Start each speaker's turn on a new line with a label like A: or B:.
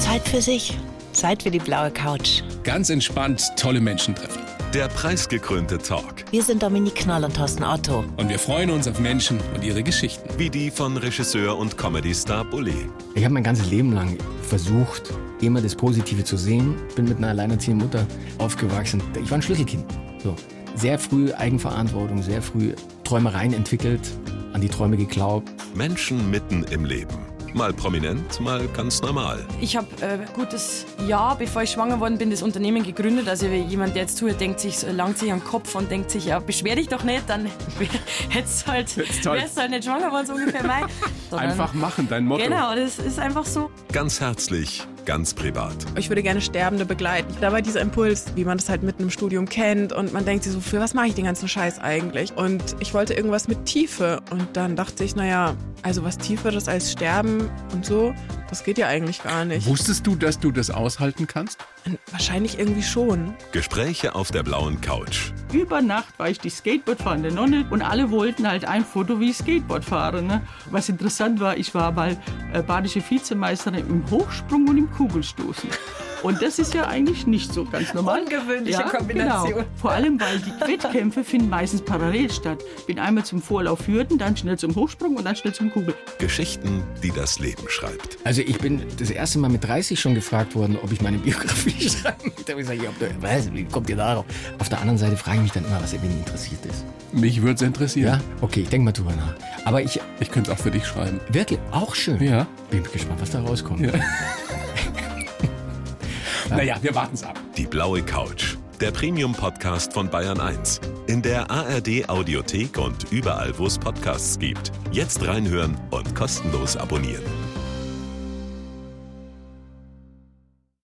A: Zeit für sich. Zeit für die blaue Couch.
B: Ganz entspannt tolle Menschen treffen.
C: Der preisgekrönte Talk,
A: Wir sind Dominik Knoll und Thorsten Otto.
B: Und wir freuen uns auf Menschen und ihre Geschichten.
C: wie die von Regisseur und Comedy-Star Bully.
D: Ich habe mein ganzes Leben lang versucht, immer das Positive zu sehen. Bin mit einer alleinerziehenden Mutter aufgewachsen. Ich war ein Schlüsselkind. So. Sehr früh Eigenverantwortung, sehr früh Träumereien entwickelt, an die Träume geglaubt.
C: Menschen mitten im Leben. Mal prominent, mal ganz normal.
E: Ich habe äh, gutes Jahr, bevor ich schwanger worden bin, das Unternehmen gegründet. Also wenn jemand, der jetzt zuhört, denkt sich, langt sich am Kopf und denkt sich, ja, beschwer dich doch nicht, dann hättest halt,
B: halt-
E: wärst halt nicht schwanger worden, so ungefähr mein. Sondern-
B: Einfach machen, dein Motto.
E: Genau, das ist einfach so.
C: Ganz herzlich, ganz privat.
F: Ich würde gerne Sterbende begleiten. Da war dieser Impuls, wie man das halt mitten im Studium kennt und man denkt sich so, für was mache ich den ganzen Scheiß eigentlich? Und ich wollte irgendwas mit Tiefe und dann dachte ich, naja, also was Tieferes als Sterben und so, das geht ja eigentlich gar nicht.
B: Wusstest du, dass du das aushalten kannst?
F: Und wahrscheinlich irgendwie schon.
C: Gespräche auf der blauen Couch.
G: Über Nacht war ich die Skateboardfahrende Nonne und alle wollten halt ein Foto, wie ich Skateboard fahre. Ne? Was interessant war, ich war mal äh, badische Vizemeisterin im Hochsprung und im Kugelstoßen. Und das ist ja eigentlich nicht so ganz normal.
E: Ungewöhnliche
G: ja,
E: Kombination.
G: Genau. Vor allem, weil die Wettkämpfe finden meistens parallel statt. Bin einmal zum Vorlauf Hürden, dann schnell zum Hochsprung und dann schnell zum Kugel.
C: Geschichten, die das Leben schreibt.
D: Also ich bin das erste Mal mit 30 schon gefragt worden, ob ich meine Biografie schreiben möchte. Da habe ich gesagt, ja, ob du- was, wie kommt ihr darauf? Auf der anderen Seite frage ich mich dann immer, was irgendwie interessiert ist.
B: Mich würde es interessieren.
D: Ja, okay, ich denke mal drüber nach. Aber ich,
B: Ich könnte es auch für dich schreiben.
D: wirklich, auch schön.
B: Ja.
D: Bin gespannt, was da rauskommt.
B: Ja. Naja, wir warten es ab.
C: Die blaue Couch. Der Premium-Podcast von Bayern 1. In der ARD-Audiothek und überall, wo es Podcasts gibt. Jetzt reinhören und kostenlos abonnieren.